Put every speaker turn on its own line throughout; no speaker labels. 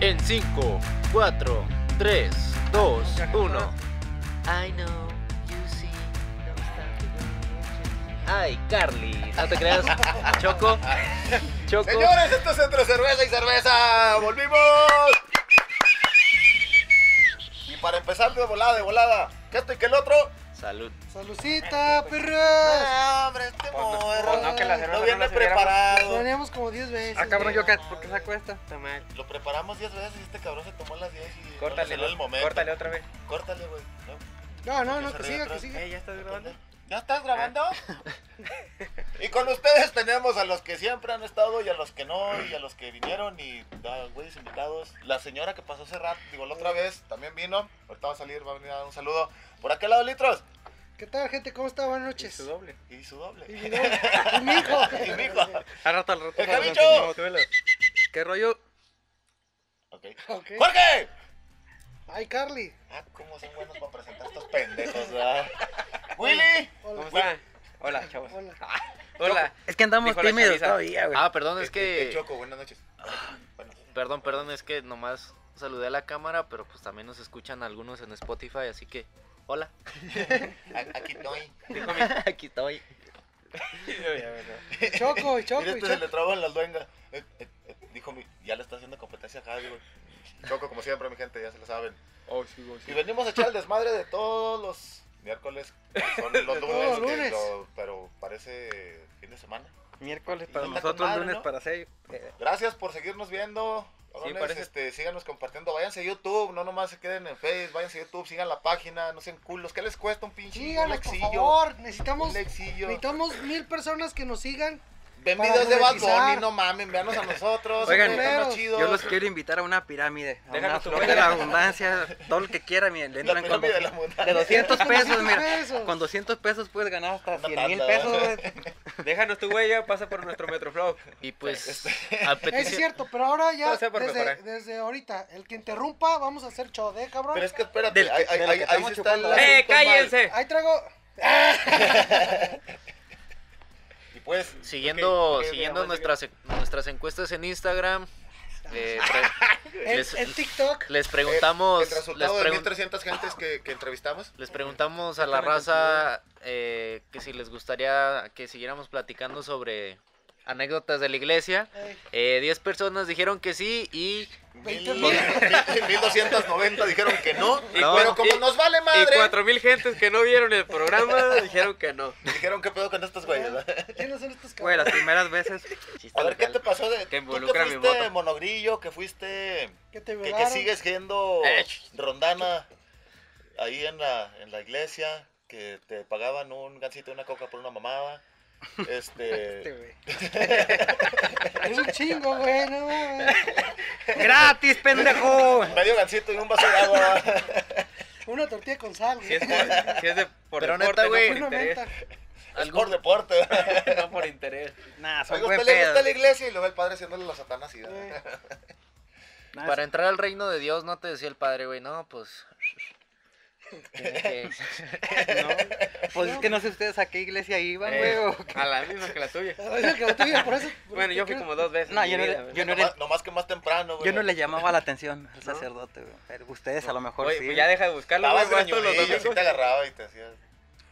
En 5, 4, 3, 2,
Ya que
1.
no.
I know, you see. Ay, Carly. No te creas. Choco. Choco.
Señores, esto es entre cerveza y cerveza. ¡Volvimos! Y para empezar de volada, de volada, que esto y que el otro.
Salud.
Salucita, perros.
hombre, este
Pues no-
morro,
pues no, que la cerveza no
viene
la tuviéramos.
Lo
preparado.
planeamos como 10 veces.
Ah, cabrón,
güey.
yo qué, ¿por qué saco esta? Toma,
Lo preparamos 10 veces y este cabrón se tomó las 10 y
Córtale,
no le salió el momento.
córtale otra vez.
Córtale, güey. ¿no?
No, no, no,
Porque
que
se
siga,
arregla
que
Sí.
siga.
Eh, ¿ya estás grabando?
¿Ya estás grabando? y con ustedes tenemos a los que siempre han estado y a los que no, y a los que vinieron y a los güeyes invitados. La señora que pasó hace rato, digo, la otra vez también vino. Ahorita va a salir, va a venir a dar un saludo. Por aquel lado, Litros.
¿Qué tal, gente? ¿Cómo está? Buenas
Y
noches.
su doble.
Y su doble.
Y mi doble. Y mi hijo.
y mi hijo.
Al rato, al rato.
¡El
al rato,
Javicho!
enseñamos, súbelo. ¿Qué rollo?
Ok.
Ok.
¡Jorge!
Ay, Carly.
Ah, cómo son buenos para presentar estos pendejos, ¿verdad? ¡Willy!
¿Cómo
Hola.
están? Hola,
Pues,
chavos.
Hola.
Hola.
Es que andamos
Dijo la
tímidos
chaviza.
todavía, güey.
Ah, perdón, es
Eh,
que.
Choco, buenas noches. Bueno,
Perdón, perdón, es que nomás saludé a la cámara, pero pues también nos escuchan algunos en Spotify, así que. Hola.
a- aquí estoy.
Dijo mi...
Aquí estoy.
Ya, bueno.
Y Choco, y
Mira,
Choco, y
este se le
Choco.
trabó en la duenga. Eh, eh, eh, dijo mi, ya le está haciendo competencia acá, digo. Choco, como siempre, mi gente, ya se lo saben.
Oh, sí, oh, sí.
Y venimos a echar el desmadre de todos los miércoles, que son los
todos
lunes,
los
que
lunes.
lo- pero parece fin de semana.
Miércoles para
Y está con
nosotros,
madre,
lunes
¿no?
para seis. Eh,
Gracias por seguirnos viendo. cabrones,
parece.
este, síganos compartiendo, váyanse a YouTube, no nomás se queden en Facebook, váyanse a YouTube, sigan la página, no sean culos, ¿qué les cuesta un pinche
Síganos, por
lexillo?
favor.
Un
Necesitamos,
lexillo.
necesitamos mil personas que nos sigan.
Ven
para
videos de Bad
monetizar.
Bunny, no mamen, véanos a nosotros,
Oigan,
están chidos.
Yo los quiero invitar a una pirámide. A
Déjame
una
tu
flor
número.
de la abundancia. Todo lo que quiera, miren. Le
La
entran con
pirámide de la
200,
montaña.
de 200
Con
pesos,
200
mira.
pesos.
Con 200 pesos puedes ganar hasta
Una
100 mil
tabla,
pesos,
¿verdad?
güey.
Déjanos tu huella, pasa por nuestro Metroflow.
Y
Este-
pues. A
Es
petición.
cierto, pero ahora ya,
Todo sea por
desde,
mejorar.
desde ahorita, el que interrumpa, vamos a hacer show, ¿eh, cabrón?
Pero es que espérate,
Del que-
ahí, ahí-
de la que
ahí
estamos
sí está el
chupando.
¡Eh,
asunto mal.
cállense!
Ahí traigo...
Y pues,
Siguiendo,
ok, ok,
siguiendo
vamos,
nuestras, nuestras encuestas en Instagram, eh, pre-
El,
les,
el TikTok.
les
eh,
preguntamos,
el
les,
resultado de
pregun-
1300 gentes que, que entrevistamos.
les preguntamos a la
Exactamente,
raza eh, que si les gustaría que siguiéramos platicando sobre anécdotas de la iglesia.
Ey,
Eh, 10 personas dijeron que sí y,
Veinte
mil-
mil.
mil- 1290 dijeron que no,
Y
pero
cuatro-
como
y-
nos vale
Y
madre,
cuatro mil gentes que no vieron el programa dijeron que no.
dijeron que pedo con estos güeyes. ¿verdad?
¿Quiénes son estos
Güey, las
cabrones?
primeras veces.
A ver, ¿qué te pasó de
Que
tú
involucra mi
que fuiste
voto.
monogrillo, que fuiste
Que te
que, que
violaron.
sigues siendo
Eh, ch-
rondana ahí en la, en la iglesia, que te pagaban un gansito y una coca por una mamada.
Este,
Este,
güey.
Es un chingo, güey, no mames.
¡Gratis, pendejo!
medio gansito y un vaso de agua.
Una tortilla con sal, güey.
Si es por, si es de, por
Pero
deporte,
neta, güey.
no
Una
por interés.
menta.
Es
algún-
por deporte.
No por interés.
Nah, soy
Oiga,
buen
usted le gusta la
pedo.
iglesia y luego el padre haciéndole la satanacida.
Eh,
Nah,
para entrar al reino de Dios no te decía el padre, güey, no, pues... tiene que-
Eh,
no. Pues es que no sé ustedes a qué iglesia iban, güey.
Eh,
o-
a la misma que la tuya.
oye, que la tuya, por eso- por
Bueno,
eso
yo
te
fui
creo.
como dos veces.
No,
en
yo
mi
no
vida,
era-
güey.
yo no
nomás, nomás que más temprano, güey.
Yo no le llamaba la atención al sacerdote, güey. Pero Ustedes a lo mejor
Oye,
sí.
pues ya deja de
Ah,
buscarlo, güey.
Estabas
vas todos los
greñudillo,
domingos.
así te agarraba y te hacía...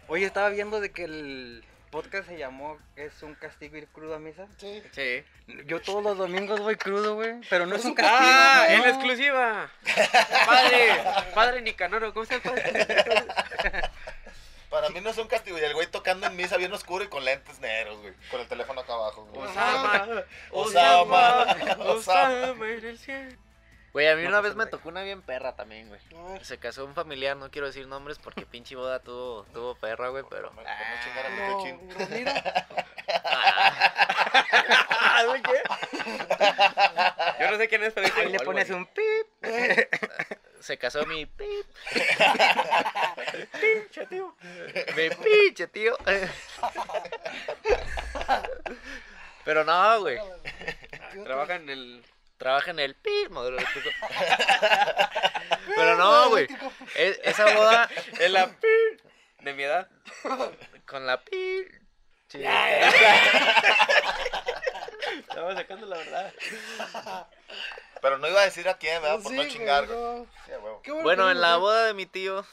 Oye, estaba viendo de que el podcast se llamó Es un castigo ir crudo a misa.
Sí.
Sí.
Yo todos los domingos voy crudo, güey, pero no es un castigo.
¡Ah!
no.
¡En la exclusiva! ¡Padre! ¡Padre Nicanoro! ¿Cómo está el padre?
Para mí no es un castigo. Y el güey tocando en misa bien oscuro y con lentes negros, güey. Con el teléfono acá abajo, güey.
Osama,
Osama,
Osama,
Osama.
Osama en el cielo.
Güey, a mí
No
una
pasa
vez me
nada.
tocó una bien perra también, güey.
A ver,
Se casó un familiar, no quiero decir nombres porque pinche boda tuvo, tuvo perra, güey, pero... ah,
Por no- por no chingar a mi
no,
cochín.
Romira,
Ah, ¿de qué? Yo no sé quién es, pero
Ahí le pones un pip.
eh,
Se casó mi pip. pinche tío. Mi pinche tío. Pero no, güey.
yo
Trabaja en el.
Trabaja en el pip, modelo eléctrico. Pero no, güey. E- esa boda
En la. De mi edad.
con la pip. Sí.
Estaba sacando la verdad.
Pero no iba a decir a quién, ¿verdad? Por
Sí,
no
güey,
chingar. güey.
no.
Sí, a huevo.
Qué bueno,
Bueno,
que
en
no
la
fue.
boda de mi tío,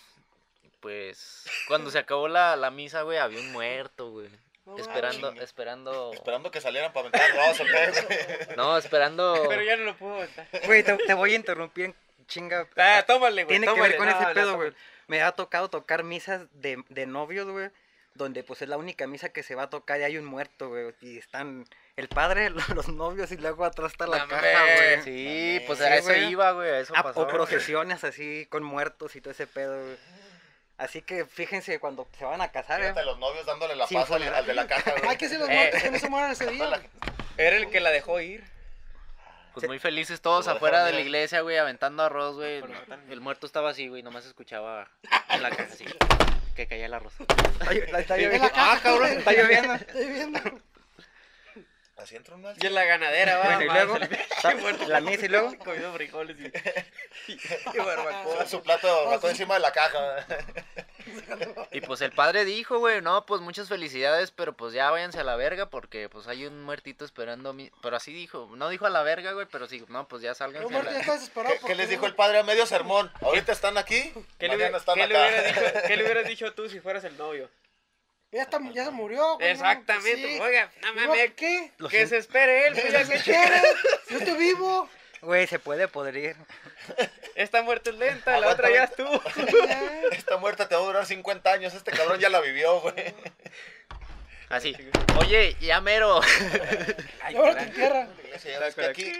pues cuando se acabó la, la misa, güey, había un muerto, güey.
No
Esperando,
chinga.
esperando.
Esperando que salieran para aventar dos, ¿o qué,
No, esperando.
Pero ya no lo puedo aguantar.
Güey, te, te voy a interrumpir en chinga.
Ah, tómale, güey.
Tiene que ver
tómale.
con
No,
ese
no,
pedo,
tómale.
güey. Me ha tocado tocar misas de, de novios, güey. Donde pues es la única misa que se va a tocar y hay un muerto, güey. Y están el padre, lo- los novios y luego atrás está la
Dame.
caja, güey.
Sí, pues
Sí,
a eso
güey.
iba, güey, a eso
Ah,
pasó.
o procesiones así con muertos y todo ese pedo, güey. Así que fíjense cuando se van a casar,
güey?
eh.
Fíjate, los novios dándole la
Sin
paz al,
funeral.
al de la caja, güey.
Hay que ser los
Eh.
muertos que no se mueran ese
Eh,
día. güey.
Era el que la dejó ir.
Pues muy felices todos
Lo
afuera
dejaron
de la
ir.
iglesia, güey, aventando arroz, güey.
Pero lo mataron.
El muerto estaba así, güey, nomás escuchaba en la caja así. Que caía el arroz.
Ay, la-
eh,
está
En
lloviendo.
la caja,
Ah, cabrón,
güey.
está lloviendo.
Está lloviendo.
Así entra uno al
Y en la ganadera, va.
Bueno, y
más,
luego,
el-
ta- Ah, la misa y luego,
Comiendo frijoles y. y
Su-
barbacoa.
Su plato mató encima de la caja.
Y pues el padre dijo, güey, no, pues muchas felicidades, pero pues ya váyanse a la verga porque pues hay un muertito esperando a mí. Pero así dijo, no dijo a la verga, güey, pero sí, no, pues ya salgan.
Pero muerto ya está desesperado.
¿Qué, qué les
porque-
dijo el padre a medio sermón? Ahorita están aquí,
¿Qué
mañana
le, hubiera,
están
qué le hubiera
acá.
dicho, ¿Qué le hubieras dicho tú si fueras el novio?
Ya, está, ya se murió, güey. no,
Exactamente.
sí.
Oiga, no
Digo,
mames.
¿Qué?
Lo
Que
siento.
se espere él. pues, ya
¿Qué
que-
quieres? Yo estoy vivo.
güey, se puede podrir.
Esta muerte es lenta, la
Aguanta,
otra ya estuvo.
Ya.
Esta muerta te va a durar 50 años, este cabrón ya la vivió, güey.
Así. Oye, ya mero.
Y ahora te entierran.
Sí, es que aquí,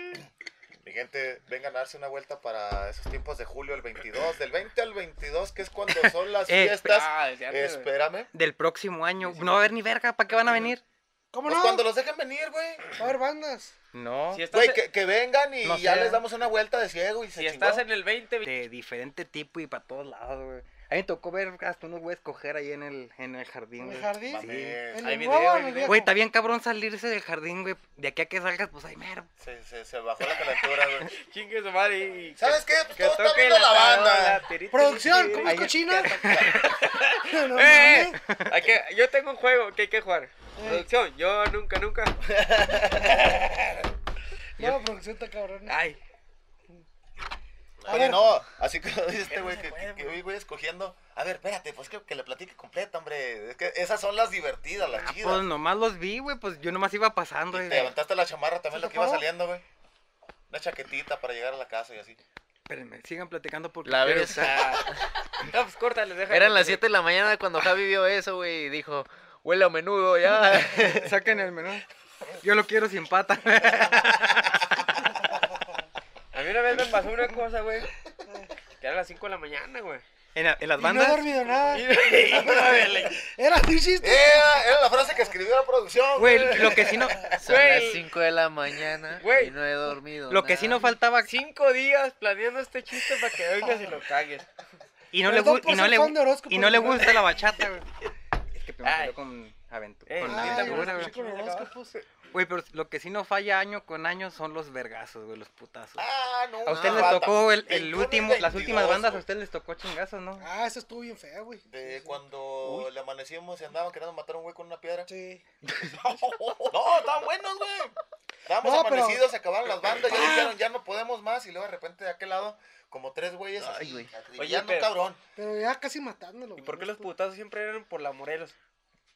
mi gente, vengan a darse una vuelta para esos tiempos de julio, el 22, del 20 al 22, que es cuando son las
Eh,
fiestas.
Ah, desde antes, güey.
Espérame.
Del próximo año, no va a haber ni verga, ¿para qué van a venir?
¿Cómo
Pues
no?
cuando los dejen venir, güey.
Va a haber bandas.
No,
Si estás,
Güey, que, que vengan y
No
ya
sé.
les damos una vuelta de ciego y se
si estás
chingó.
en el 20, vi-
de diferente tipo y para todos lados, güey. A mí me tocó ver hasta unos güeyes coger ahí en el, en el jardín,
¿En el
güey.
jardín?
Sí.
Mames,
¿En
Hay
el
video,
nuevo o en
hay
el
video.
viejo?
Güey, está bien cabrón salirse del jardín, güey. De aquí a que salgas, pues ay, mero.
se, se, se bajó la calentura, güey.
chingue su madre y. y
¿Sabes qué? Pues
que
todo está
toque
viendo la banda.
tabla, tiri, tiri,
Producción,
tiri.
¿cómo es
Ay,
cochina? No, no,
¡Eh!
mames.
Hay que, yo tengo un juego que hay que
Eh.
jugar. Producción, yo nunca, nunca.
No, producción está cabrón.
Ah,
Ay,
A
Oye,
ver.
no, así que dice este güey que, que hoy güey escogiendo. A ver, espérate, pues que, que le platique completa, hombre. Es que esas son las divertidas, las
Ah,
chidas.
pues nomás los vi, güey. Pues yo nomás iba pasando. eh.
Y
güey.
te levantaste la chamarra también,
¿Se
lo que iba
tapaba?
saliendo, güey. Una chaquetita para llegar a la casa y así.
Espérenme, sigan platicando porque.
La
quiero-
vez.
no, pues córtale, deja.
Eran las 7 de la mañana cuando Javi vio eso, güey, y dijo, huele a menudo ya.
Saquen el menú. Yo lo quiero sin pata.
A mí una vez me pasó una cosa, güey. Que eran las 5 de la mañana, güey.
¿En, la- en
Y
las
no he
bandas.
dormido nada.
Y- y todavía le-
Era un chiste.
¡Eh! Era la frase que escribió la producción, güey.
Güey, lo que sí no.
Son las
Güey.
5 de la mañana
Güey.
y no he dormido.
Lo que sí no
nada.
faltaba.
Cinco días planeando este chiste para que vengas y lo cagues.
Y no le,
Perdón
gu-
por
y no
ser
le,
fan de
gu-
horóscopo,
y no le
güey.
gusta la bachata, güey. Es que primero
Ay.
salió con aventura.
Ey,
Con
ay,
Ay,
dictadura,
yo
güey.
escuché con horóscopos.
Güey, pero lo que sí no falla año con año son los vergazos, güey, los putazos.
Ah, no.
a usted
no,
le
falta.
tocó el,
21 y
el último, las
22,
últimas bandas, a
güey.
usted les tocó chingazos, ¿no?
Ah, eso estuvo bien feo, güey.
De cuando le amanecimos y andaban queriendo matar a un güey con una piedra.
Sí.
No, estaban buenos, güey. Estábamos
No, pero-
amanecidos, se acabaron las bandas, ya dijeron, ya no podemos más. Y luego de repente de aquel lado, como tres güeyes.
Ay,
así,
güey.
acribillando
Oye, pero-
un cabrón.
Pero ya casi matándolo.
¿Y
güey,
por qué
no
los
estuvo-
putazos siempre eran por la Morelos?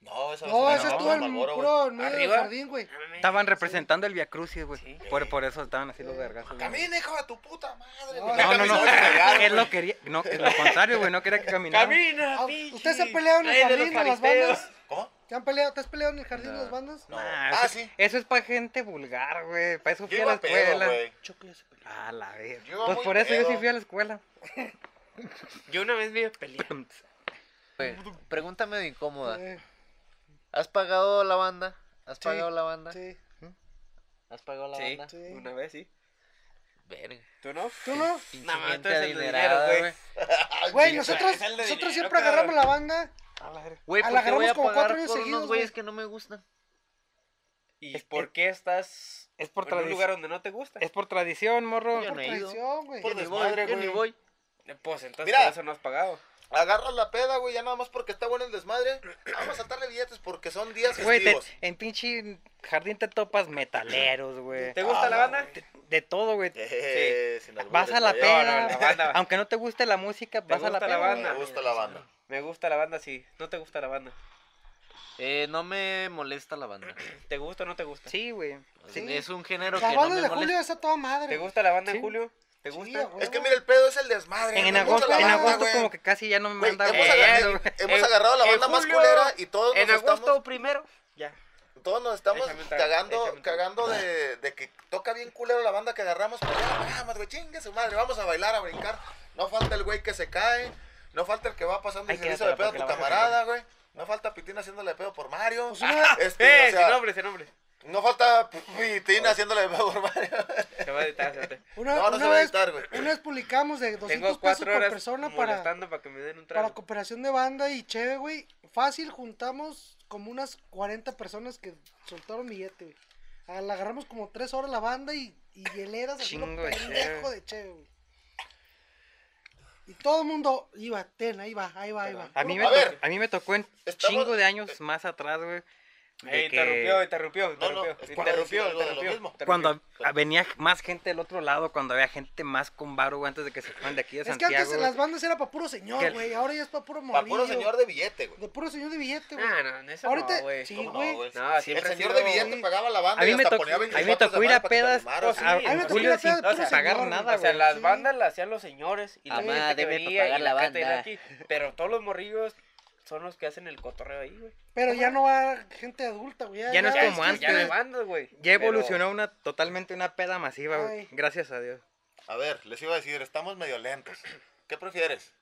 No, esa
No, ese estuvo en
Malboro, güey.
puro en medio del
¿Arriba?
jardín, güey.
Estaban representando el Via Crucis, güey.
Sí.
Por, por eso estaban así los vergazos. güey.
Camina, hijo de tu puta madre. güey.
No, Ah,
No,
Ya
no,
caminó
no.
y se cagaron,
Él
güey.
no quería, no, es lo contrario, güey, no quería que caminara.
¡Camina,
Ah,
pinche!
¿Ustedes han peleado en el
Nadie de
jardín
los
de las
fariseos.
bandas?
¿Cómo?
¿Te, han peleado, ¿Te has peleado en el jardín de
No.
las bandas?
No.
Nah,
ah,
eso-
sí.
Eso es para gente vulgar, güey. Para eso fui
Yo
a la
iba pedo,
escuela.
güey.
ah, la vez.
Yo iba
Pues
muy
por eso yo sí
pedo.
fui a la escuela.
Yo una vez me peleé.
Güey, Pregunta medio incómoda.
Eh,
¿Has pagado la banda? ¿Has
Sí,
pagado la banda?
sí.
¿Has pagado la
Sí,
banda?
Sí.
una vez sí.
Verga.
¿Tú no?
¿Tú no?
Pinche
Nada más,
gente
tú eres el
adinerada,
dinero,
güey.
güey.
Ay,
Güey,
sí,
nosotros,
es el de
nosotros
dinero,
siempre
cabrón.
agarramos la banda.
Güey,
Ah, la
¿por qué voy
agarramos
a
como
pagar
cuatro años
por
seguidos,
unos
güey.
güeyes que no me gustan?
¿Y por qué estás
Es por,
por en un
tradi-
lugar donde no te gusta?
es por tradición, morro.
Yo
Por
no he ido.
traición, güey.
Yo
Por
ni voy,
desmadre,
yo ni
güey.
voy.
Pues entonces
Mira.
por eso no has pagado.
agarras la peda, güey, ya nada más porque está bueno el desmadre. Vamos a saltarle billetes porque son días
Güey, te-
festivos.
en pinche jardín te topas metaleros, güey.
¿Te gusta la banda?
De todo, güey.
Eh, sin albur
Vas
del
a la
mayor.
peda.
no, la banda.
Aunque no te guste la música, vas a la
gusta la
peda.
banda?
Me gusta la banda.
Me gusta la banda, sí. ¿No te gusta la banda?
Eh, no me molesta la banda.
¿Te gusta o no te gusta?
Sí, güey.
Sí.
Es un género
La
que no
banda
me
de Julio
molesta.
está toda madre.
¿Te gusta la banda
Sí.
en julio? ¿Te
Sí,
gusta?
a huevo.
Es que mira, el pedo es el desmadre.
En, en
Me gusta
agosto,
la
en
banda,
agosto
güey.
como que casi ya no me
Güey,
mandan.
hemos, agarrado,
güey.
hemos
En-
agarrado la
en
banda más
julio,
culera y todos
En
nos,
agosto
estamos,
primero. Ya.
todos nos estamos
Échame un trago, échame
cagando,
un trago.
cagando de, de que toca bien culero la banda que agarramos. Pero ya la agarramos, güey, chingue su madre, vamos a bailar, a brincar. No falta el güey que se cae, no falta el que va pasando y
Ay,
se le hizo de
quédatela,
pedo a
porque
tu
la vas a
camarada, güey. No falta Pitín haciéndole de pedo por Mario. Este, o
¡Eh!
sea,
Sin nombre, sin nombre.
no falta Pitín haciéndole de pedo por Mario.
Se va a editar, se va a editar.
Una,
No, no
una
se va a
vez,
editar, güey.
una vez publicamos de 200
Tengo
pesos
cuatro
por
horas
persona para,
molestando para que me den un
para
trago.
cooperación de banda y chévere, güey. Fácil, juntamos como unas 40 personas que soltaron billete, güey. Ah, La agarramos como 3 horas la banda y, y hieleras así lo
Chingo de
pendejo
cheve.
de chévere, güey. Y todo el mundo iba, ten, ahí va, ahí va, ahí va.
A mí, me
A
to-
ver,
a mí me tocó en
estamos-
chingo de años más atrás, güey. de
Eh,
que
interrumpió, interrumpió,
No, no,
interrumpió,
es para decir
interrumpió,
algo de lo
interrumpió,
mismo.
interrumpió.
Cuando a- venía más gente del otro lado, cuando había gente más con varo, güey, antes de que se fueran de aquí de
Es que
Santiago.
antes las
güey.
bandas era para puro
Que
señor,
el-
güey. Ahora ya es para puro
Pa'
morrillo.
puro señor de billete, güey.
De puro señor de billete, güey.
Ah, no, en eso
Ahorita,
no, güey.
sí,
¿Cómo no,
güey.
güey?
No,
El
siempre ha
señor de
sido-
billete pagaba la banda
A
y
mí me,
hasta
tocó,
ponía
a
24
mí me tocó ir a
semanas para que te
pedas.
animaras, güey.
a-
A mí me
en
tocó
julio
ir a pedas
sin
de puro
pagar
señor,
nada,
O
güey.
sea, las
Sí.
bandas las hacían los señores y la
Mamá,
gente que
debe
venía
pagar
y
la
la gente de
banda.
aquí. Pero todos los morrillos son los que hacen el cotorreo ahí, güey.
Pero ya no va gente adulta, güey.
Ya no es
Ya,
como
es que Ya no hay
antes.
bandas, güey.
Ya
Pero-
evolucionó una, totalmente una peda masiva, güey.
Ay.
Gracias a Dios.
A ver, les iba a decir, estamos medio lentos. ¿Qué prefieres?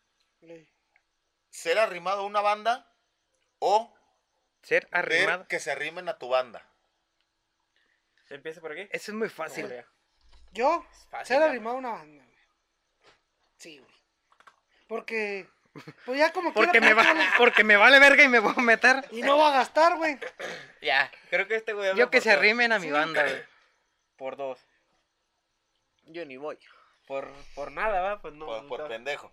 Güey.
¿Ser arrimado a una banda o
Ser
ver
arrimado.
que se arrimen a tu banda?
Empieza por aquí.
Eso es muy fácil.
Órale.
Yo,
Es fácil,
ser
ya.
arrimado a una banda, güey. Sí, güey. Porque, pues ya como
Porque
quiera,
me,
pues,
va, porque me vale verga y me voy a meter.
Y no va a gastar, güey.
Ya, creo que este güey habla
Yo que
por
se
todos.
arrimen a mi banda, güey.
Por dos.
Yo ni voy.
Por, por nada, va, pues no.
por, por
no.
pendejo.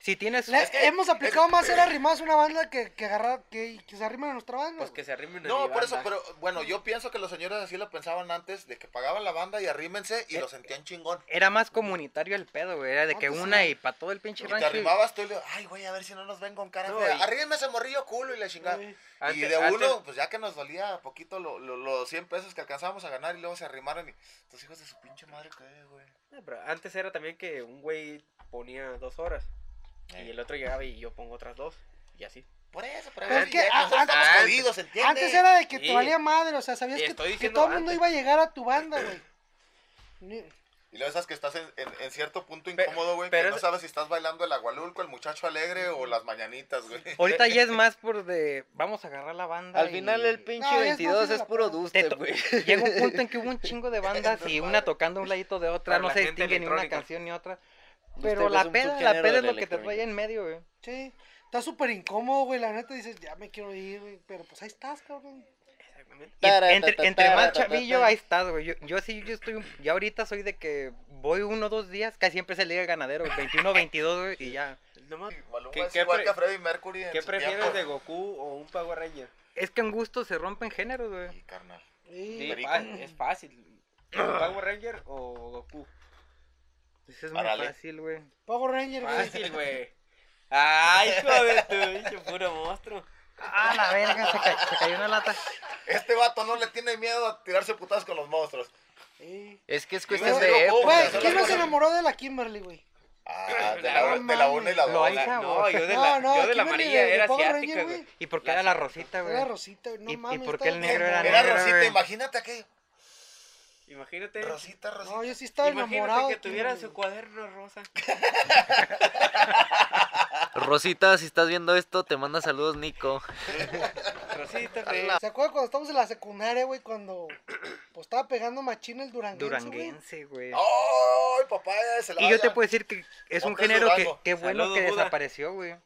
Si tienes.
Le- hemos aplicado más ser arrimados a una banda que, que agarrar, que, que se arriman a nuestra banda.
Pues
güey.
que se arrimen a mi
No, por eso,
banda.
pero bueno, yo pienso que los señores así lo pensaban antes, de que pagaban la banda y arrímense
Eh,
y lo sentían chingón.
Era más comunitario el pedo, güey. Era de
No,
que
pues,
una
no.
y para todo el pinche
Y te
rancho. y-
arrimabas tú y le ay, güey, a ver si no nos ven con cara
No,
fea.
y-
Arrímese, morrillo, culo y la chingada.
Güey.
y
Antes-
de
antes-
uno, pues ya que nos valía poquito lo- lo- los 100 pesos que alcanzábamos a ganar y luego se arrimaron y tus hijos de su pinche madre, ¿qué, güey?
No, pero antes era también que un güey ponía dos horas y el otro llegaba y yo pongo otras dos y así.
Eh, Por eso, por
Pero
eso.
es que a-
estamos
antes-
jodidos, ¿entiendes?
Antes era de que te
Sí.
valía madre, o sea, sabías
Te
que,
estoy
que
diciendo
todo el mundo
antes.
iba a llegar a tu banda, güey. Ni-
Y luego sabes que estás en, en- en cierto punto
Pe-
incómodo, güey,
pero
que no
es-
sabes si estás bailando el agualulco, el muchacho alegre o las mañanitas, güey.
Ahorita ya es más por de. Vamos a agarrar la banda.
Al
y-
final el pinche
No, ya es
22
fácil
es
la
puro
peda.
duste,
Te to-
güey.
Llega un punto en que hubo un chingo de bandas y una tocando un ladito de otra.
Para
No
la
se
gente
distingue ni una
electrónica.
canción ni otra.
Usted
Pero
es
la
un
peda, la
subgénero
peda
de
es
la
lo que te
electrónica.
trae en medio, güey.
Sí, está súper incómodo, güey. La neta dices, ya me quiero ir, güey. Pero pues ahí estás, cabrón.
Exactamente.
Y
Tara,
entre,
ta, ta,
entre
tara,
más
ta, ta,
chavillo,
ta.
ahí estás, güey. Yo, yo sí, yo estoy. un- Ya ahorita soy de que voy uno o dos días, casi siempre se liga el ganadero, 21 22, güey, y ya.
No más.
Maluma
¿Qué-
es
qué
igual
pre-
que a Freddie Mercury en
¿Qué
su
prefieres
tiempo.
de Goku o un Power Ranger?
Es que en gusto se rompen géneros, güey.
Sí, carnal.
Sí.
Sí,
Perico.
fa- es fácil. ¿Power Ranger o Goku?
Eso es muy
Árale.
fácil, güey.
Power Ranger, güey.
Fácil, güey. Ay, hijo de tu bicho, puro monstruo.
Ah, la verga, se, ca- se cayó una lata.
Este vato no le tiene miedo a tirarse putadas con los monstruos.
Sí.
Es que es
Yo
Este
cuestión
me
de
digo,
época.
Güey,
Esas son
¿quién
las
no se
cosas.
enamoró de la Kimberly, güey?
Ah, de la, de la una y la
Lo
dos.
hay. hija,
no,
vos.
yo de la,
No, no,
yo de la
Kimberly
amarilla
de- de
era
Power
asiática,
Ranger,
güey.
¿Y por qué
La
era la
saca.
rosita,
Era
güey?
Rosita, güey. No
¿Y- y
mames.
por
estaba
qué el negro era
enamorado.
Era
Negra,
Rosita,
güey.
imagínate aquello.
Imagínate.
Rosita, Rosita.
No, yo sí estaba
imagínate
enamorado.
que
de
tuviera
Kimberly,
su cuaderno rosa.
Rosita, si estás viendo esto, te manda saludos, Nico.
Rosita,
güey.
güey.
¿Se acuerdan cuando estábamos en la secundaria, güey? Cuando pues, estaba pegando machín el duranguense, güey.
Duranguense, güey.
¡Ay, papá! Se la
Y yo
vaya.
te puedo decir que es un
Montes
género que,
Durango.
que bueno
Saludos,
que
Buda.
desapareció, güey.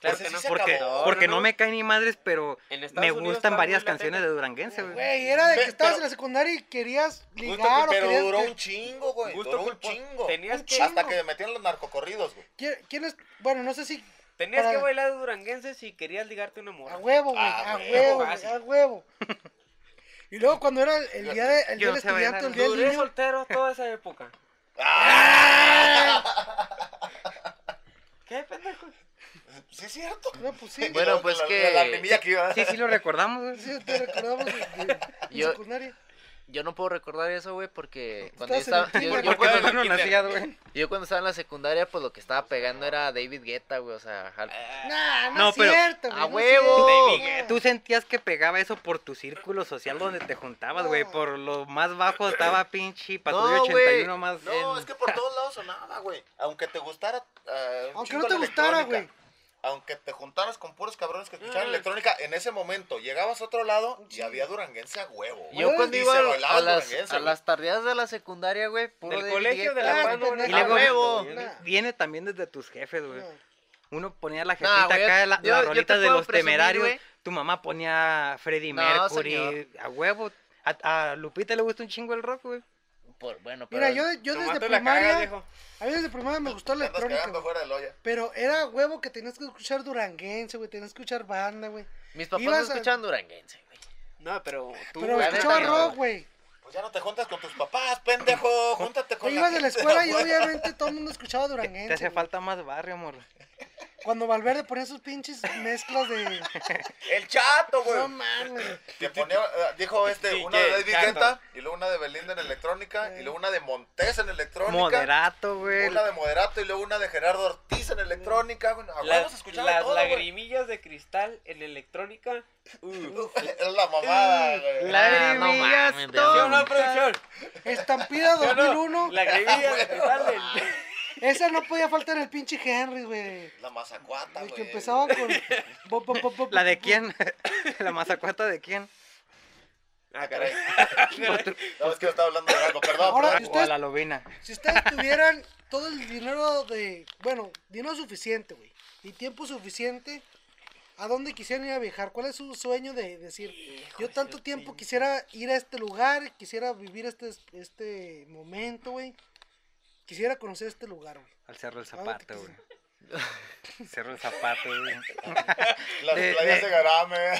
Claro
Ese
que
sí
no,
se
porque-
acabó,
Porque
no,
no
no.
me caen ni madres, pero
En Estados
me
Unidos
gustan
está
varias
muy latente.
canciones de Duranguense, güey.
Güey, era de que
Ve,
estabas
pero-
en la secundaria y querías
Gusto
ligar
cul- pero
o querías...
duró
que-
un chingo, güey.
Gusto
Duró un
culpo-
chingo.
Tenías
Un
que,
chingo.
Hasta que metieron los narcocorridos, güey.
¿Quién- ¿Quién es? Bueno, no sé si...
tenías
Para-
que bailar duranguense si querías ligarte una
A
morra.
huevo, güey,
Ah,
a
güey,
huevo, güey,
fácil.
a huevo. Y luego cuando era el día, de, el día
Yo
del
no sé bailar,
estudiante, el día del
Duré
niño...
soltero toda esa época. ¿Qué pendejo?
Sí, es cierto.
No, pues sí.
Bueno, pues
la,
que-
La lagrimilla que iba.
Sí, sí lo recordamos, güey.
Sí, te recordamos de, de- en
Yo-
secundaria.
Yo no puedo recordar eso, güey, porque cuando yo
Estabas
estaba,
en
yo,
el
yo
kinder.
Porque
cuando,
tú no nacías, güey.
yo cuando estaba en la secundaria, pues lo que estaba pegando era David Guetta, güey, o sea, jal-
Ah, Nah, no,
No,
es
pero-
cierto, güey,
¡A
no es
huevo!
cierto.
Tú sentías que pegaba eso por tu círculo social donde te juntabas, güey.
No.
Por lo más bajo estaba pinche Patrulla
No, güey.
81 más.
No,
en-
es que por todos lados sonaba, güey. Aunque te gustara. eh, un
Aunque
chingo
no te
la
gustara,
electrónica,
güey.
Aunque te juntaras con puros cabrones que escuchaban
Mm.
electrónica, en ese momento llegabas a otro lado
Sí.
y había duranguense a huevo. güey.
Yo cuando
Y
iba
se
al-
bailaba
a las,
duranguense,
a
güey.
las tardeadas de la secundaria, güey, puro
Del
David
colegio de
Guetta,
la
güey.
mano.
Ah, pendejo.
Y luego-
¡A huevo!
Nah,
Viene también desde tus jefes, güey.
nah.
Uno ponía la
Nah,
jefita
güey,
acá, la,
yo-
la
yo te
rolita de
puedo
los
presumir,
temerarios.
güey.
Tu mamá ponía a Freddie
No,
Mercury,
señor.
a huevo. A, a Lupita le gusta un chingo el rock, güey.
Por- bueno, pero...
Mira, yo, yo
Nomás
desde
tú la cagas,
primaria...
viejo.
A mí desde primaria me gustó la
Te andas
electrónica,
cagando
güey.
fuera del hoyo.
Pero era huevo que tenías que escuchar duranguense, güey. Tenías que escuchar banda, güey.
Mis papás no
ibas a-
escuchaban duranguense, güey.
No, pero tú.
Pero
la
güey,
escuchaba
neta,
no.
rock, güey.
Pues ya no te juntas con tus papás, pendejo. Júntate
Yo
con
iba de la
gente
escuela y
afuera.
obviamente todo el mundo escuchaba
Te
duranguense.
hace
güey.
falta más barrio, amor.
Cuando Valverde ponía sus pinches mezclas de.
El chato, güey.
No mames.
Que ponía, eh, dijo este,
Sí,
una
que
de David
chato.
Guetta, y luego una de Belinda en electrónica, y luego una de Montes en electrónica.
Moderato, güey.
Una de Moderato y luego una de Gerardo Ortiz en electrónica. güey. A huevos
Las,
escuchaba
las
todo, güey.
lagrimillas de cristal en electrónica.
Uf, Es la mamada, güey.
Ah,
Lagrimillas
Ah, mames,
tontas.
¿Sí o no, producción?
Estampida
¿Sí o no?
2001.
Lagrimillas de cristal en.
Ah, Esa no podía faltar en el pinche Henry, güey.
La mazacuata,
El
güey.
que empezaba con. bo- bo- bo- bo-
¿La de
bo-
quién? ¿La mazacuata de quién?
Ah, caray.
No, es que yo estaba hablando de algo, perdón.
Ahora-
perdón.
¿Y
O a
ustedes?
la lobina.
Si ustedes tuvieran todo el dinero de. Bueno, dinero suficiente, güey. Y tiempo suficiente. ¿A dónde quisieran ir a viajar? ¿Cuál es su sueño de decir, yo tanto tiempo quisiera ir a este lugar, quisiera vivir este, este momento, güey? Quisiera conocer este lugar, güey.
Al cerro el
Ah,
zapato,
que-
güey. Cerro el zapato, güey.
Las
de-
playas
de-
de Garame.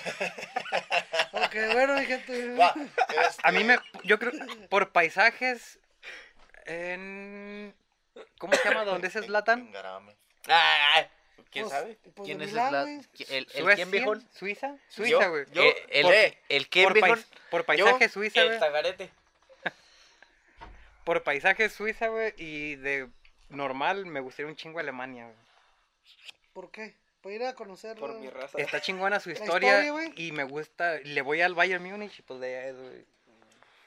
Ok, bueno, mi gente. eh,
Va,
A mí
este,
me. Yo creo. Por paisajes. En. ¿Cómo se llama? ¿Dónde es
en
Zlatan?
Garame.
Ah, ¿Quién
Pues,
sabe?
pues,
¿Quién
de
es
Milán,
la-
güey.
qui- ¿El, el
¿Suecia?
quién, viejón?
¿Suiza?
Yo-
Suiza, güey.
yo-
Eh, el,
por-
eh, el quién,
por,
viejón?
pais- por paisaje Suiza,
El
güey.
tagarete.
Por paisaje Suiza, güey. Y de normal me gustaría un chingo Alemania, güey.
¿Por qué? Para ir a conocer. eh,
Por mi raza.
Está chingona su
La
historia.
historia, güey.
y me gusta. Le voy al Bayern Múnich y pues de allá es, güey.
Mm,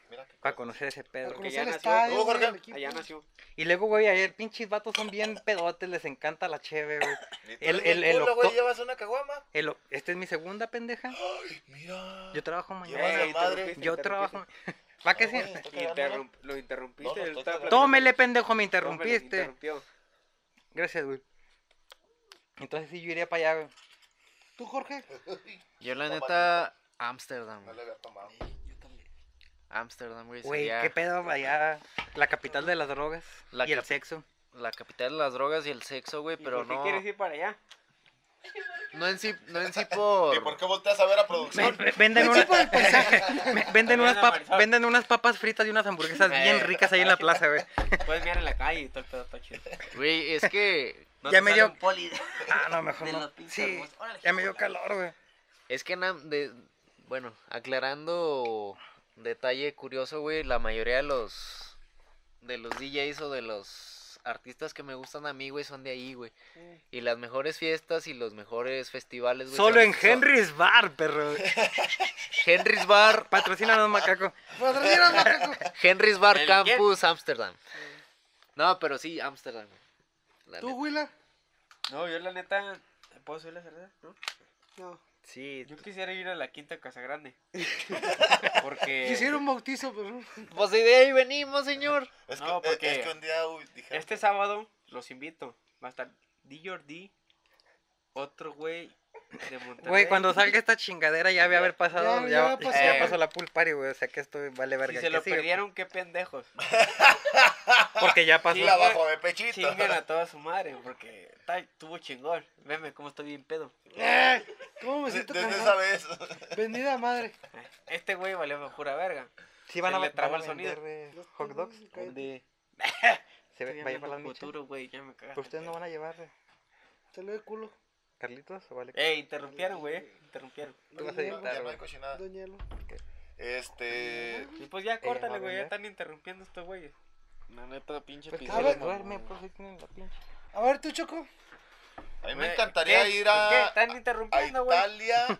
Mira que-
Para conocer ese pedo.
Para
güey.
conocer
ya
el
nació.
estadio,
Tú,
güey,
Jorge.
el equipo.
Allá nació.
Y luego, güey, ayer pinches vatos son bien pedotes. Les encanta la cheve, güey.
Ni tú
El-
eres
el-
un
el
culo, güey,
octo-
llevas una caguama.
El o- Esta es mi segunda pendeja.
Ay, mira.
Yo trabajo mañana.
Llevas la
Ey,
madre.
te
Yo
interrumpiste.
trabajo. ¿Va que sí?
Ah, güey.
Y interrum- lo interrumpiste.
No, no,
él
tú
estaba
te-
platicando.
Tómele, pendejo, me
No, me lo
interrumpiste.
interrumpió.
Gracias, güey. Entonces sí, yo iría para allá, güey.
¿Tú, Jorge?
Yo la
Toma,
neta, Ámsterdam,
No
güey.
le había tomado.
Ámsterdam, güey,
Güey,
sería
qué pedo para allá. La capital de las drogas
La
y el
capi-
sexo.
la capital de las drogas y el sexo, güey,
¿Y
pero
por qué
no...
quieres ir para allá?
No en sí, no en sí
¿Y
por...
por qué volteas a ver a
Ve-
producción?
ve- Venden
Sí,
unas,
por el paisaje.
me- venden,
También
unas
a
pap-
Marisol.
venden unas papas fritas y unas hamburguesas bien
Eh.
ricas ahí en la plaza, güey.
Puedes mirar en la calle y todo el pedo está chido.
Güey, es que...
Ya me dio-
poli
Ah, no, mejor
de
no.
los pinches
Sí,
hermosos. Órale,
ya me dio
hijo de
calor, güey.
Es que... na- de- bueno, aclarando detalle curioso, güey, la mayoría de los... De los DJs o de los artistas que me gustan a mí, güey, son de ahí, güey. Y las mejores fiestas y los mejores festivales, güey.
Solo
son-
en
son-
Henry's Bar, perro.
Henry's Bar,
Patrocínanos, macaco.
Patrocínanos, macaco.
Henry's Bar
¿El qué?
Campus, Ámsterdam. No, pero sí, Ámsterdam. güey. La
¿Tú,
neta.
Willa?
No, yo la neta. ¿Puedo subir la cerveza? ¿No?
No.
Sí,
Yo quisiera ir a la quinta Casa Grande. Porque.
Quisiera un bautizo, pero.
Pues de ahí venimos, señor.
Es que,
No,
eh,
porque-
es que un día uy, dije.
Este sábado los invito. Va a estar D. Jordi, otro güey de Monterrey.
Güey, cuando salga esta chingadera ya había haber
Ya-
pasado.
ya
Ya,
va a
ya,
pasar.
pasó la pool party, güey. O sea que esto vale
Si
verga.
se
¿qué
lo
sigue?
perdieron, qué pendejos.
Porque ya pasó.
Y la bajo de pechito.
Chinguen a toda su madre, porque está- estuvo chingón. Veme cómo estoy bien pedo.
¡Ah! ¿Cómo me siento
Desde
con
esa vez.
Bendita madre.
Este güey valió pa' pura verga.
Sí, van a
Se le
van a
traba el
vender,
sonido.
eh, hot dogs.
Cállate.
Donde
Se
estoy
ve, va a llevar
hablando
las michas.
futuro, güey, ya me cagaste.
¿Ustedes no van a llevar eh,
Te lo de culo.
Carlitos o vale?
Eh, interrumpieron, güey, eh, interrumpieron.
Tú vas a editar,
Ya no hay
güey.
cochinada.
Doñalo.
Este.
Y pues ya
va
córtale,
a
güey, ya
vender.
están interrumpiendo estos güeyes. La neta, pinche
Pues que
A
se
ver.
les duerme, pues ahí tienen la pinche.
A ver, tú, Choco.
A mí me
Güey,
encantaría
¿qué?
ir
¿Por ¿Qué?
a,
Están
a
interrumpiendo, güey.
Italia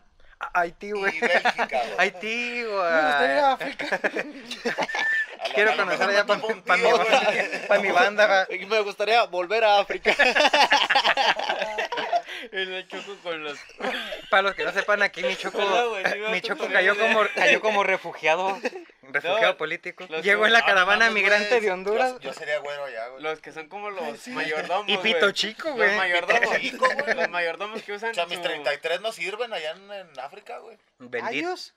Haití, Ah, güey.
y Bélgica. güey.
Haití, güey.
Me gustaría ir a África.
A la-
Quiero
a lo
conocer
mejor
allá
me
para
topo un
mi,
tío, güey.
banda, pa' mi banda, va.
Me gustaría volver a África.
El choco con los.
Para los que no sepan, aquí mi choco,
No, güey, sí me
mi
vas a
choco
poner
cayó
de-
como, cayó como refugiado, refugiado
No,
político.
los-
Llegó en la
Ah,
caravana
mames,
migrante
güey,
de Honduras
Yo, yo sería güero allá, güey.
Los que son como los
Sí.
mayordomos.
y
güey.
pito chico,
Los
güey.
mayordomos.
Chico, güey.
los mayordomos que usan.
O sea, mis
su-
33 no sirven allá en, en África, güey.
Bendito.
¿Años?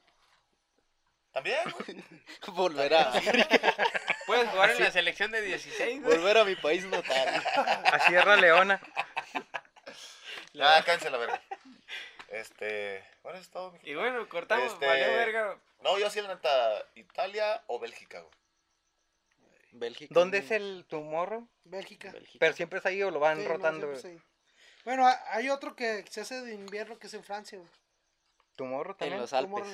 También, güey.
volver a
Puedes jugar en la selección de 16, güey.
volver a mi país natal.
A Sierra Leona.
Ah, cáncer la verga. Este. ¿Cuál es todo?
Y bueno, cortamos.
Este-
Valió verga.
No, yo sí, la neta, Italia o Bélgica, güey.
Bélgica.
¿Dónde es el tu morro?
Bélgica.
Pero siempre es ahí o lo van
Sí, no,
rotando,
siempre
güey.
es ahí. Bueno, ha- hay otro que se hace de invierno que es en Francia, güey.
Tu morro también.
Tú, morro.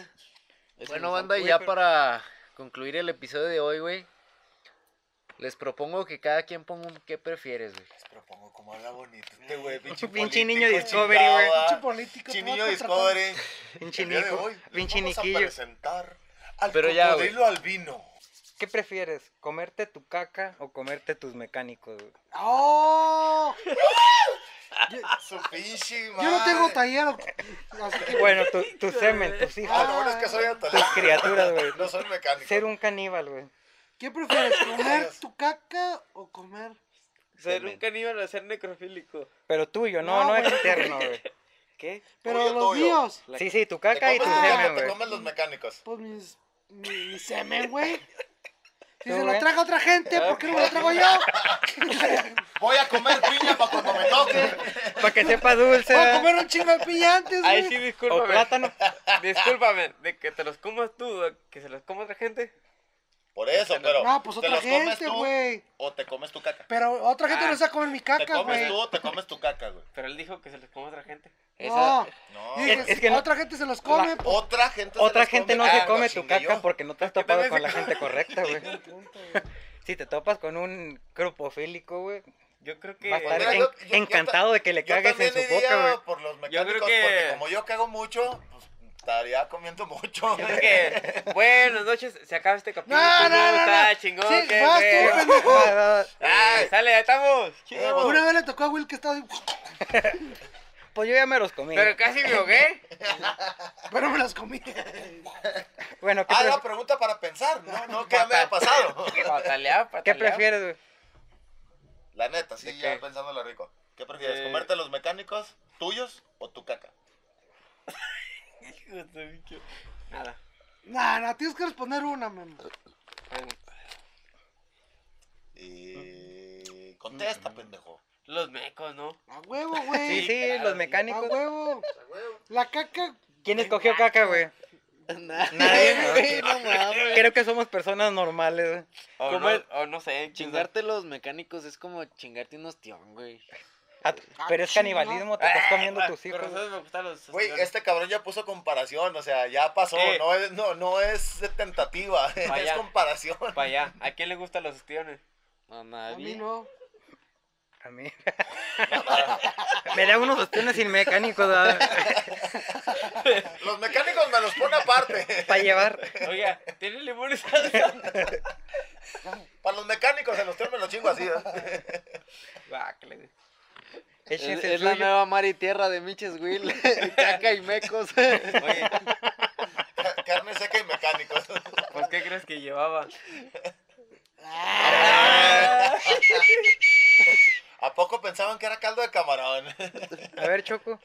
Bueno, banda, ya para concluir el episodio de hoy, güey. Les propongo que cada quien ponga un qué prefieres, güey.
Les propongo como habla bonito este güey, pinche
Pinche niño
político,
Discovery, güey.
chingado,
Pinche
ah.
político. te
Pinche
vas
niño
contratando.
Discovery.
Pinche
El día de
nico,
hoy
pinche
les vamos a
niquillo.
presentar al
Pero ya, güey.
cocodrilo albino.
¿Qué prefieres? ¿Comerte tu caca o comerte tus mecánicos, güey?
¡Oh!
Su pinche
Yo no
madre.
tengo taller. Así que
Bueno, tu, tu semen, tus
Ah,
hijos,
lo bueno es que soy
tus
atalaya.
criaturas, güey.
No soy mecánico.
Ser un caníbal, güey.
¿Qué prefieres, comer tu caca o comer?
Ser
Semen.
un caníbal a ser necrofílico.
Pero tuyo, no,
No,
no,
güey.
externo, güey.
¿Qué?
Pero
Tuyo,
los
tuyo.
míos,
La-
Sí, sí, tu
Te
caca y tu
comes los-
semen,
Te
güey.
comes los mecánicos.
pues mis, mi, mi semen, güey. Si
¿Tú,
se lo
güey?
traga otra gente, ¿por qué no me lo trago yo?
Voy a comer piña para cuando me toque.
Para que sepa dulce.
Voy a comer un chingo de pillantes,
Ay,
güey.
sí,
O
discúlpame.
plátano.
Discúlpame, de que te los comas tú, a que se los coma otra gente.
Por eso, pero.
No, pues
¿te
otra
los comes
gente,
tú
güey.
O te comes tu caca.
Pero otra gente
Ah,
no se va a comer mi
Te
caca,
comes
güey.
tú o te comes tu caca, güey.
Pero él dijo que se los coma otra gente.
No.
No.
Y dije,
Es- es que no-
otra gente se los come. pues,
Otra gente se
Otra
las
gente no
come. Ah,
se
lo
come tu
chingué
caca
yo.
porque no te has
Porque
topado
también
con
se
la gente correcta, güey.
punto, güey.
Si te topas con un crupofílico, güey,
Yo creo que.
va a estar
Mira,
en-
yo- yo- yo
encantado de que le
Yo
cagues en
también
su
iría
boca, güey.
por los
creo
mecánicos
que-
porque como yo cago mucho, pues estaría comiendo mucho.
Yo creo que. Buenas noches, se acaba este capítulo.
No, no, no,
Está
no.
chingón.
Sí,
qué
vas tú,
feo.
pendejo.
Ah, ah,
Ay, sale, ya estamos.
Huevo.
Una vez le tocó a Will que estaba así,
Pues yo ya me los comí.
Pero casi me ahogué.
pero me las comí.
Bueno, ¿qué,
Ah,
pref-
era pregunta para pensar, ¿no? No, ¿qué me ha pasado?
Pataleaba, pataleaba.
¿qué prefieres, güey?
La neta, sí,
¿De
ya
qué?
pensándolo rico. ¿Qué prefieres,
Eh.
comerte los mecánicos tuyos o tu caca?
Hijo de su bicho. Nada.
Nah, nah, tienes que responder una, man.
Bueno,
Y... Contesta, pendejo.
Los mecos, ¿no?
A huevo,
Sí,
güey.
sí,
claro,
los
sí.
A
mecánicos.
huevo. La caca.
¿Quién escogió caca, güey?
Nadie, güey, no mames.
Creo que somos personas normales, güey.
O,
¿Cómo
no,
el-
o no sé, chingarte.
Chingarte los mecánicos es como chingarte un ostión, güey.
Ah, Pero es canibalismo, te estás comiendo tus hijos.
Ah, Pero
güey.
sabes, me gustan los.
Güey, este cabrón ya puso comparación, o sea, ya pasó,
Eh.
no es no no es de tentativa, es
Vaya.
comparación.
Para allá. ¿A quién le gustan los estiones?
A
A mí
nadie.
no.
A mí. me da unos sostenes sin mecánicos
Los mecánicos me los pone aparte.
para llevar.
Oiga, ¿tiene limones salsa?
Para los mecánicos en los tres me los chingo así. ¿eh?
Ah,
Bácale, güey.
Es,
Échense el
es la
suyo.
nueva mar y tierra de Miches Will. Caca y mecos.
Oye,
Ca- Carne seca y mecánicos.
pues ¿qué crees que llevaba?
¿A poco pensaban que era caldo de camarón.
A ver, Choco,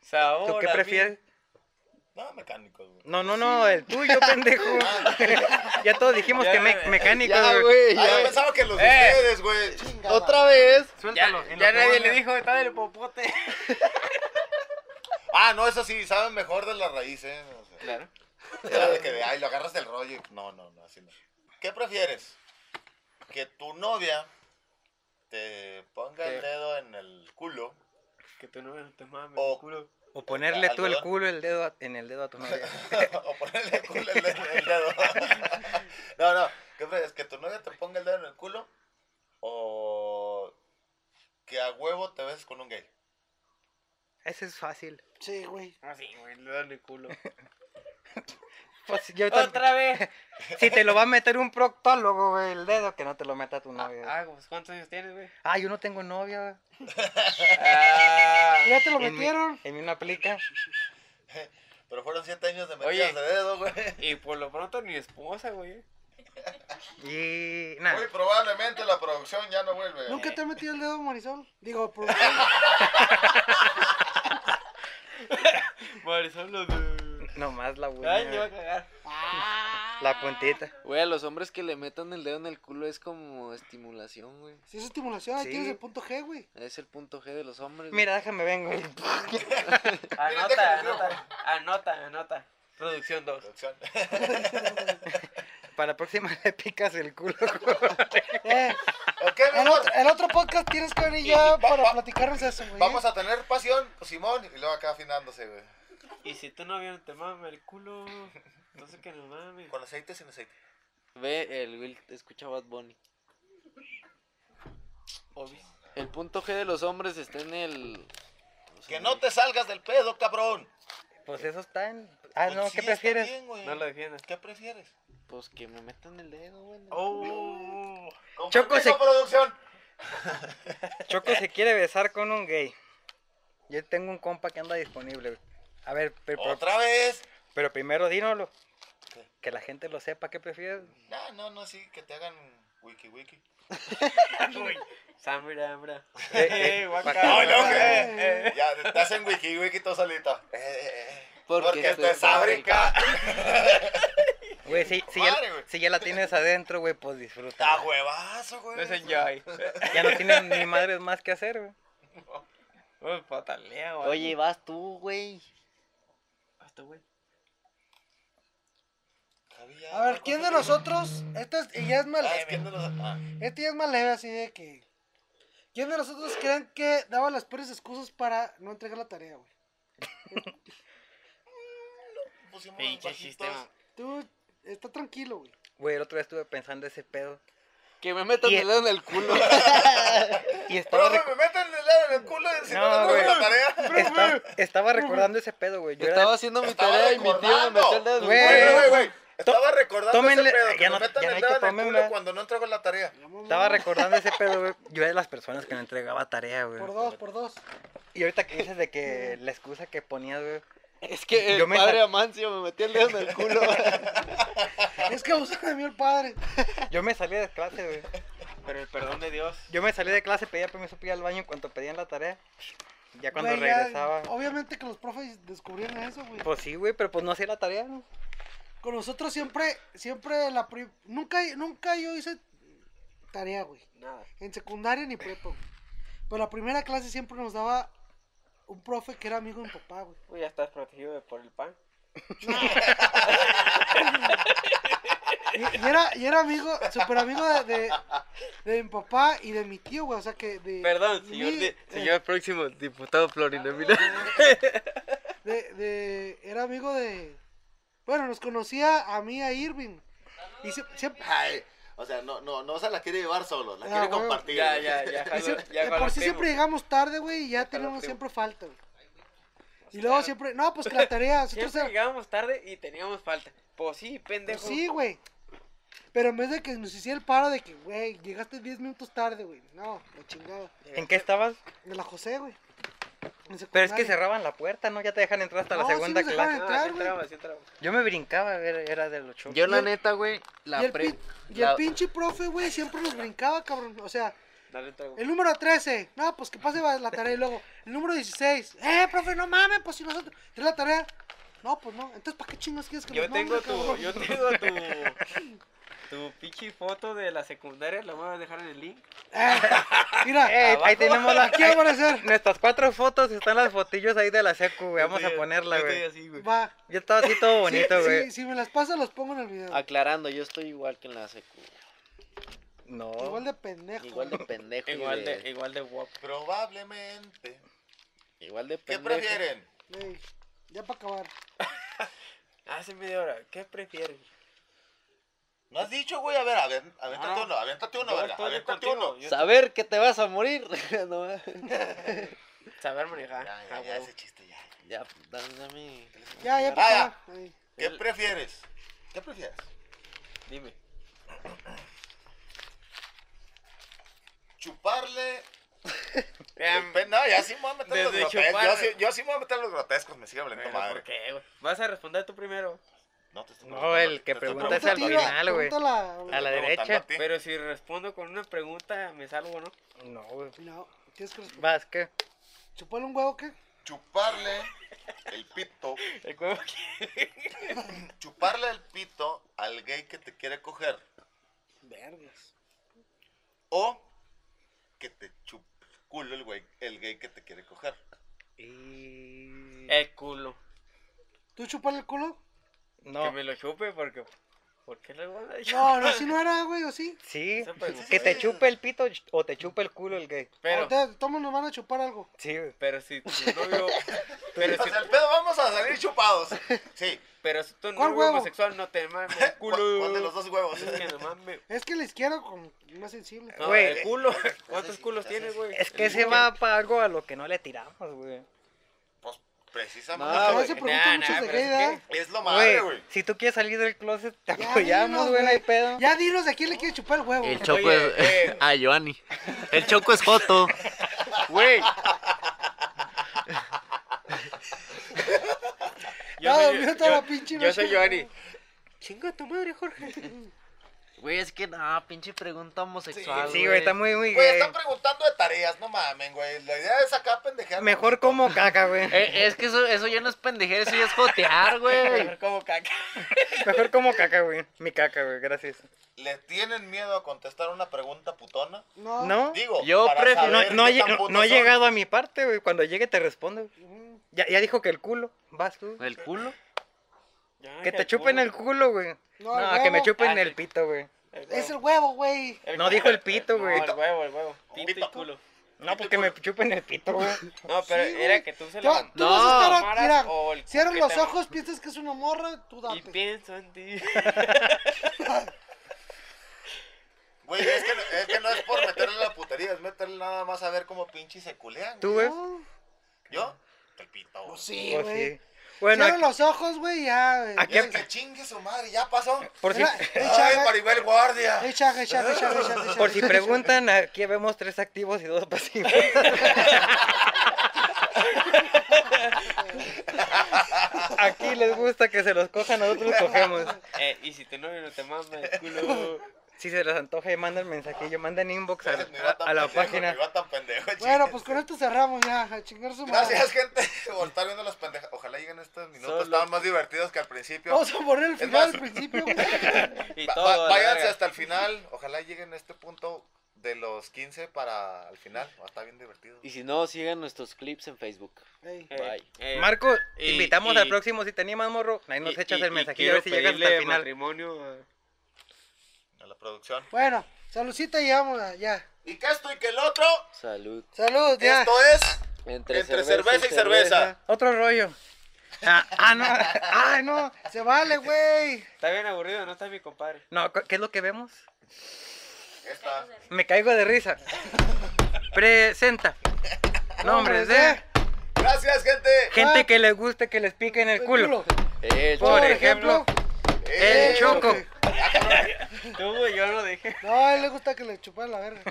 Sabor.
¿tú qué
a mí.
prefieres?
no, mecánicos, güey.
No, no, no, el tuyo, pendejo. ya todos dijimos
Ya,
que me-
güey.
mecánico,
Ya,
güey.
güey.
Ah, yo
ya.
pensaba que los de
Eh.
ustedes, güey. Chingada.
Otra vez.
Ya,
Suéltalo. en lo
ya
que
nadie
van
le
a-
dijo, está del popote.
Ah, no, eso sí, saben mejor de la raíz, ¿eh? O sea,
Claro.
ya de que de, ay, lo agarras del rollo. y- No, no, no, así no. ¿Qué prefieres? Que tu novia te ponga el
¿Qué?
dedo en el culo.
Que tú no te mames,
O-
culo.
O ponerle tú el
Algodón.
culo el dedo a- en el dedo a tu novia.
o ponerle el culo en el, en el dedo. no, no. ¿Qué prefieres? ¿Que tu novia te ponga el dedo en el culo? ¿O que a huevo te beses con un gay?
Ese es fácil.
Sí, güey.
Ah, sí, güey, le dan el culo.
Pues, yo tam-
Otra vez.
Si te lo va a meter un proctólogo, güey, el dedo, que no te lo meta tu novia.
Ah, pues ¿cuántos años tienes, güey?
Ah, yo no tengo novia, güey.
Ah,
Ya te lo
En mí-
metieron.
En mí no aplica.
Pero fueron siete años de metidas
Oye.
de dedo, güey.
y por lo pronto ni esposa, güey.
Y nada.
Muy probablemente la producción ya no vuelve.
¿Nunca te ha metido el dedo, Marisol? Digo, por...
Marisol los de...
Nomás la uña,
Ay, me va a
güey.
cagar.
La puntita.
Güey, a los hombres que le metan el dedo en el culo es como estimulación, güey.
Si es estimulación, ahí
Sí.
tienes el punto G, güey.
Es el punto G de los hombres. güey.
Mira, déjame vengo.
Anota,
déjalo,
anota, anota, anota. Producción 2.
Producción.
Para la próxima le picas el culo.
Eh,
Ok,
el,
mejor.
otro, el otro podcast tienes que venir ya para platicarnos eso, güey.
Vamos a tener pasión, Simón, y luego acá afinándose, güey.
Y si tú no vieron, te mame el culo. Entonces que no mames.
Con aceite, sin aceite.
Ve, el Will escucha Bad Bunny.
Obvio.
El punto G de los hombres está en el.
Que no te salgas del pedo, cabrón.
Pues eso está en. Ah, no,
Pues sí,
¿qué
está
prefieres?
bien, güey.
No lo defiendas.
¿Qué prefieres?
Pues que me metan el dedo, güey.
Oh.
Con
Choco
permiso,
se-
producción.
Choco se quiere besar con un gay. Yo tengo un compa que anda disponible. güey. A ver, pero, pero-
Otra vez.
pero primero dínoslo.
¿Qué?
Que la gente lo sepa, ¿qué prefieres?
No, no, no, sí, que te hagan wiki wiki.
Samira, mira.
Eh, eh,
Eh, guaca.
No, no,
Eh, eh.
Ya, te hacen wiki wiki todo solito. Eh, eh, eh.
Porque
Porque
esto
esto es
es fábrica.
fábrica.
Güey, si, si, ya,
Madre, güey. Ah,
si ya la tienes adentro, güey, pues disfruta.
Está huevazo, güey.
No es enjoy.
Ya no tienes ni madres más que hacer, güey.
Uy, patalea, güey.
Oye, vas tú, güey.
Basta, güey.
Javi, ya,
A ver,
otra
¿quién
cosa
de
que-
nosotros? Este es- y ya es más
pues, Ah, es
leve.
¿Quién de los... ah.
Este ya es más leve, así de que. ¿Quién de nosotros creen que daba las peores excusas para no entregar la tarea, güey?
Pusimos
Pinche
bajitos.
sistema.
Tú, está tranquilo, güey.
Güey, el otro día estuve pensando ese pedo.
Que me metan
Y-
el dedo en el culo.
Y estaba,
Pero
rec-
güey, me meten el dedo en el culo y si no,
No,
no, traigo la
güey.
tarea.
esta- estaba recordando ese pedo, güey. Yo era-
estaba haciendo mi
Estaba
tarea y mi tío me
recordando.
metió el dedo en el
Güey.
culo.
Güey, güey, güey. Estaba recordando
tómenle-
ese pedo, que me
ya no-
metan el dedo
ya no hay que
en el culo
tómenla.
cuando no entrego la tarea.
Estaba recordando ese pedo, güey. Yo era de las personas que no entregaba tarea, güey.
Por dos, por dos.
Y ahorita que dices de que la excusa que ponías, güey.
Es que el
Yo me
padre
sal-
Amancio me metió el dedo en el culo.
Es que abusó de mí el padre.
Yo me salí de clase, güey.
Pero el perdón de Dios.
Yo me salí de clase, pedía permiso para ir al baño en cuanto pedían la tarea. Ya cuando
Güey, ya,
regresaba.
obviamente que los profes descubrieron eso, güey.
Pues sí, güey, pero pues no hacía la tarea, ¿no?
Con nosotros siempre, siempre la pri- nunca, nunca yo hice tarea, güey.
Nada.
En secundaria ni prepa, güey. Pero la primera clase siempre nos daba un profe que era amigo de mi papá, güey.
Uy, ya estás protegido de por el pan.
Y, y era, y era amigo, súper amigo de, de, de mi papá y de mi tío, güey. O sea que de.
Perdón,
de
señor,
mí,
di-
eh,
señor próximo diputado Florino, mira.
de, de- era amigo de. Bueno, nos conocía a mí, a Irving. Y sie- siempre.
Ay, o sea, no, no, no se la quiere llevar solo, la
Ah,
quiere
huevo.
compartir.
Ya, ya, ya.
y sie-
jalo- ya
de
jalo
eh, por sí
primo.
siempre llegamos tarde, güey, y ya
Ojalá
teníamos
primo.
siempre falta, güey. Y luego siempre. No, pues que la tarea. Nosotros
Siempre
era-
llegábamos tarde y teníamos falta. Pues sí, pendejo.
Sí, güey. Pero en vez de que nos hiciera el paro de que, güey, llegaste 10 minutos tarde, güey. No, la chingada.
¿En qué estabas?
De la José, güey. En
Pero es que
secundaria.
cerraban la puerta, ¿no? Ya te dejan entrar hasta
No,
la
sí
segunda
nos
clase.
dejaban.
No,
entrar,
sí
güey.
entraba, sí entraba.
Yo me brincaba, era, era de los chocos.
Yo,
Y
la
el-
neta, güey,
y
la
el,
pre.
pin- y el
la-
pinche profe, güey, siempre nos brincaba, cabrón. O sea,
Dale un trago.
El número 13, no, pues que pase la tarea y luego. El número 16, eh, profe, no mames, pues si nosotros. ¿Trae la tarea? No, pues no. Entonces, ¿para qué chingos quieres que
Yo
los
tengo
nombre,
tu,
cabrón?
yo tengo tu, tu pinche foto de la secundaria, la voy a dejar en el link.
Eh, mira,
Ey, ahí tenemos las
aquí va a aparecer.
Nuestras cuatro fotos están las fotillos ahí de la secu, güey. Vamos a ponerla,
Yo estoy
güey.
así, güey.
Va.
Yo estaba así todo
Sí,
bonito,
sí,
güey.
Si, me las pasas, los pongo en el video.
Aclarando, yo estoy igual que en la secu.
No.
Igual de pendejo.
Igual de pendejo. y
Igual de, igual de guapo.
Probablemente.
igual de
¿Qué
pendejo.
prefieren?
Ey, ya para acabar.
Hace media hora, ¿qué prefieres?
¿No has dicho, güey? A ver, a ver, aviéntate
No.
uno, aviéntate uno,
Yo
verga,
estoy de
aviéntate
contigo,
uno.
yo-
Saber que te vas a morir. no,
Saber manejar.
Ya, ya,
a
ya,
huevo.
ese chiste ya.
ya, dame, dame.
Ya, ya
Ah,
para
Vaya.
acabar. Ey.
¿Qué
El-
prefieres? ¿Qué prefieres?
Dime.
¿Chuparle
Em,
el pe- No, ya sí me voy a meter los
desde
grotescos. Yo
chuparle-
sí, yo sí me voy a meter los grotescos, me sigue valiendo
bueno, ¿por
madre.
qué, güey? Vas a responder tú primero.
No, te estoy
No,
preguntando a
el
ti,
que
te estoy
pregunta es al
preguntando a ti.
final, güey.
pregúntala-
A la
Estoy preguntando
derecha.
a ti.
Pero si respondo con una pregunta, me salvo, ¿no?
No, güey.
No, tienes que responder.
Vas, ¿qué?
¿Chuparle un huevo qué?
Chuparle el pito.
El huevo
Chuparle el pito al gay que te quiere coger.
Vergas.
O que te chup culo el güey, el gay que te quiere coger.
Y...
El culo.
¿Tú chuparle el culo?
Que
No.
me lo chupe porque... ¿Por qué le voy a
No, no, si no era, güey, o sí.
Sí.
Esa pregunta.
Que te chupe el pito o te chupe el culo el gay.
Pero,
O te- todos nos van a chupar algo.
Sí, güey.
pero si tu novio... Pero
O
si,
sea, el pedo vamos a salir chupados. Sí.
pero si
¿Cuál
tu novio
huevo?
homosexual no te mames el
¿Cuál, cuál de los
culo.
dos huevos?
Es que no mames.
Es que la izquierda con más sensible.
No,
Güey.
el culo. ¿Cuántos culos tienes, güey?
Es que se va para algo a lo que no le tiramos, güey.
Pues
No,
Ahora
precisamente.
güey.
se preguntan
Nah,
muchos
nah,
de
pero
gay,
es
¿verdad?
es lo madre,
Güey,
güey.
si tú quieres salir del closet, te
Ya
apoyamos,
dinos,
güey, no hay
güey.
pedo.
Ya dinos de quién le quiere chupar el huevo.
El choco
Oye,
es.
eh.
Ah, Giovanni. El choco es Joto.
Güey.
Ya durmió toda la pinche
Yo soy
noche.
Johnny. Chinga tu madre, Jorge.
Güey, es que no, pinche pregunta homosexual.
Sí, güey, está muy, muy
Güey,
gay.
están preguntando de tareas, no mamen, güey. La idea es acá pendejear.
Mejor como caca, güey.
Eh, es que eso, eso ya no es pendejer, eso ya es jotear, güey.
Como caca.
Mejor como caca, güey. Mi caca, güey, gracias.
¿Le tienen miedo a contestar una pregunta putona?
No.
No,
Digo,
Yo
para
prefi-
no,
saber
no, ha
qué tan
lle- no,
putos
ha
son.
llegado a mi parte, güey. Cuando llegue te respondo. güey.
Ujú.
Ya, ya dijo que el culo. Vas tú.
¿El culo?
Que te chupen el culo, güey.
No,
No,
el
que me
huevo.
chupen
Ah,
el
sí.
pito, güey.
Es el huevo, güey.
No dijo el pito, güey.
No, el huevo, el huevo. Pito y
Pito.
culo.
No, pues que me chupen el pito, güey.
No, pero
Sí,
era
güey.
que tú se
Tú-
lo
tú vas a estar a-
tomaras
mira,
o el-
cierras
oh, que
los
te-
ojos, piensas que es una morra, tú
Y
date.
pienso en ti.
Güey, es que, no- es que no es por meterle la putería, es meterle nada más a ver cómo pinche se culean.
Tú, güey.
No,
¿Yo? El pito.
pues sí,
Pues
güey.
sí. Bueno,
Cierra
aquí-
los ojos, güey, ya, güey.
aquí-
Y es que chingue su madre, ya pasó.
por si,
Era-
Ah, Ay,
Echa,
Maribel Guardia.
echa, echa, echa, echa, echa,
por si
echa.
preguntan, aquí vemos tres activos y dos pasivos. Aquí les gusta que se los cojan, nosotros cogemos.
Eh, y si te novio no te mames el culo.
Si se les antoja, manden mensajillo, manden inbox a,
Pues, Me iba tan
a la
pendejo,
página.
me iba tan pendejo,
Bueno,
chingue.
pues con esto cerramos ya, a chingar su madre.
Gracias, gente, por estar viendo las pendejas. Ojalá lleguen estos minutos.
Solo-
Estaban más divertidos que al principio.
Vamos a poner el final
más-
al principio, güey.
Y
Va-
todo.
va-
a la
váyanse
verga.
hasta el final. Ojalá lleguen a este punto de los 15 para al final. Va a estar bien divertido.
Y si no, sigan nuestros clips en Facebook.
Ey.
Eh, eh,
Marco,
Y-
invitamos
y-
al próximo. Si te animas, morro, ahí nos
y-
echas
y-
el
y
mensajillo a
quiero
ver si llegas hasta
pedirle
el final.
matrimonio a-
A la producción.
Bueno, saludcita y vámonos, ya.
Y que esto y que el otro.
Salud.
Salud, ya.
Esto es.
Entre,
Entre cerveza y cerveza.
Otro rollo. Ah, ah, no. Ah, no.
Se vale, güey.
Está bien aburrido, no está mi compadre.
No, ¿cu- ¿qué es lo que vemos?
Esta.
Me caigo de risa. Presenta. Nombres
¿eh?
de
Gracias, gente.
gente que les guste que les pique en el culo.
El
Por
chorro.
ejemplo,
Eh,
el choco.
Tú, güey, yo lo dejé.
No, a él le gusta que le chupan la verga.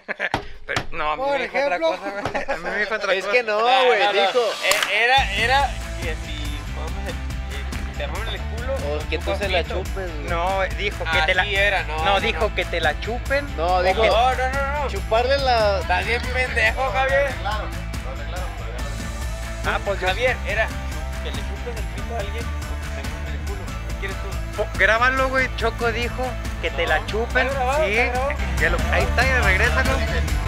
Pero, no, a mí
Por
me dijo otra
ejemplo.
cosa. güey. A mí me dijo otra
Es
cosa.
que no, güey,
no, no.
dijo.
Eh, Era, era. Que si vamos a. eh, te arruine el culo.
O que tú se la chupes, güey.
No, dijo que te la.
Así era, eh, no.
No, dijo que te la chupen.
No,
No,
dijo,
no, no, no.
chuparle la...
Estás bien pendejo, Javier.
Claro, lo declaro, pero ya lo-
Ah, pues Javier, era que le chupes el pito a alguien o que te chupen el culo. ¿Qué quieres tú?
Po- Grábalo, güey. Choco dijo que te la chupen.
está grabado,
sí.
está grabado.
Ya lo- Ahí está, ya regrésalo.
Dije,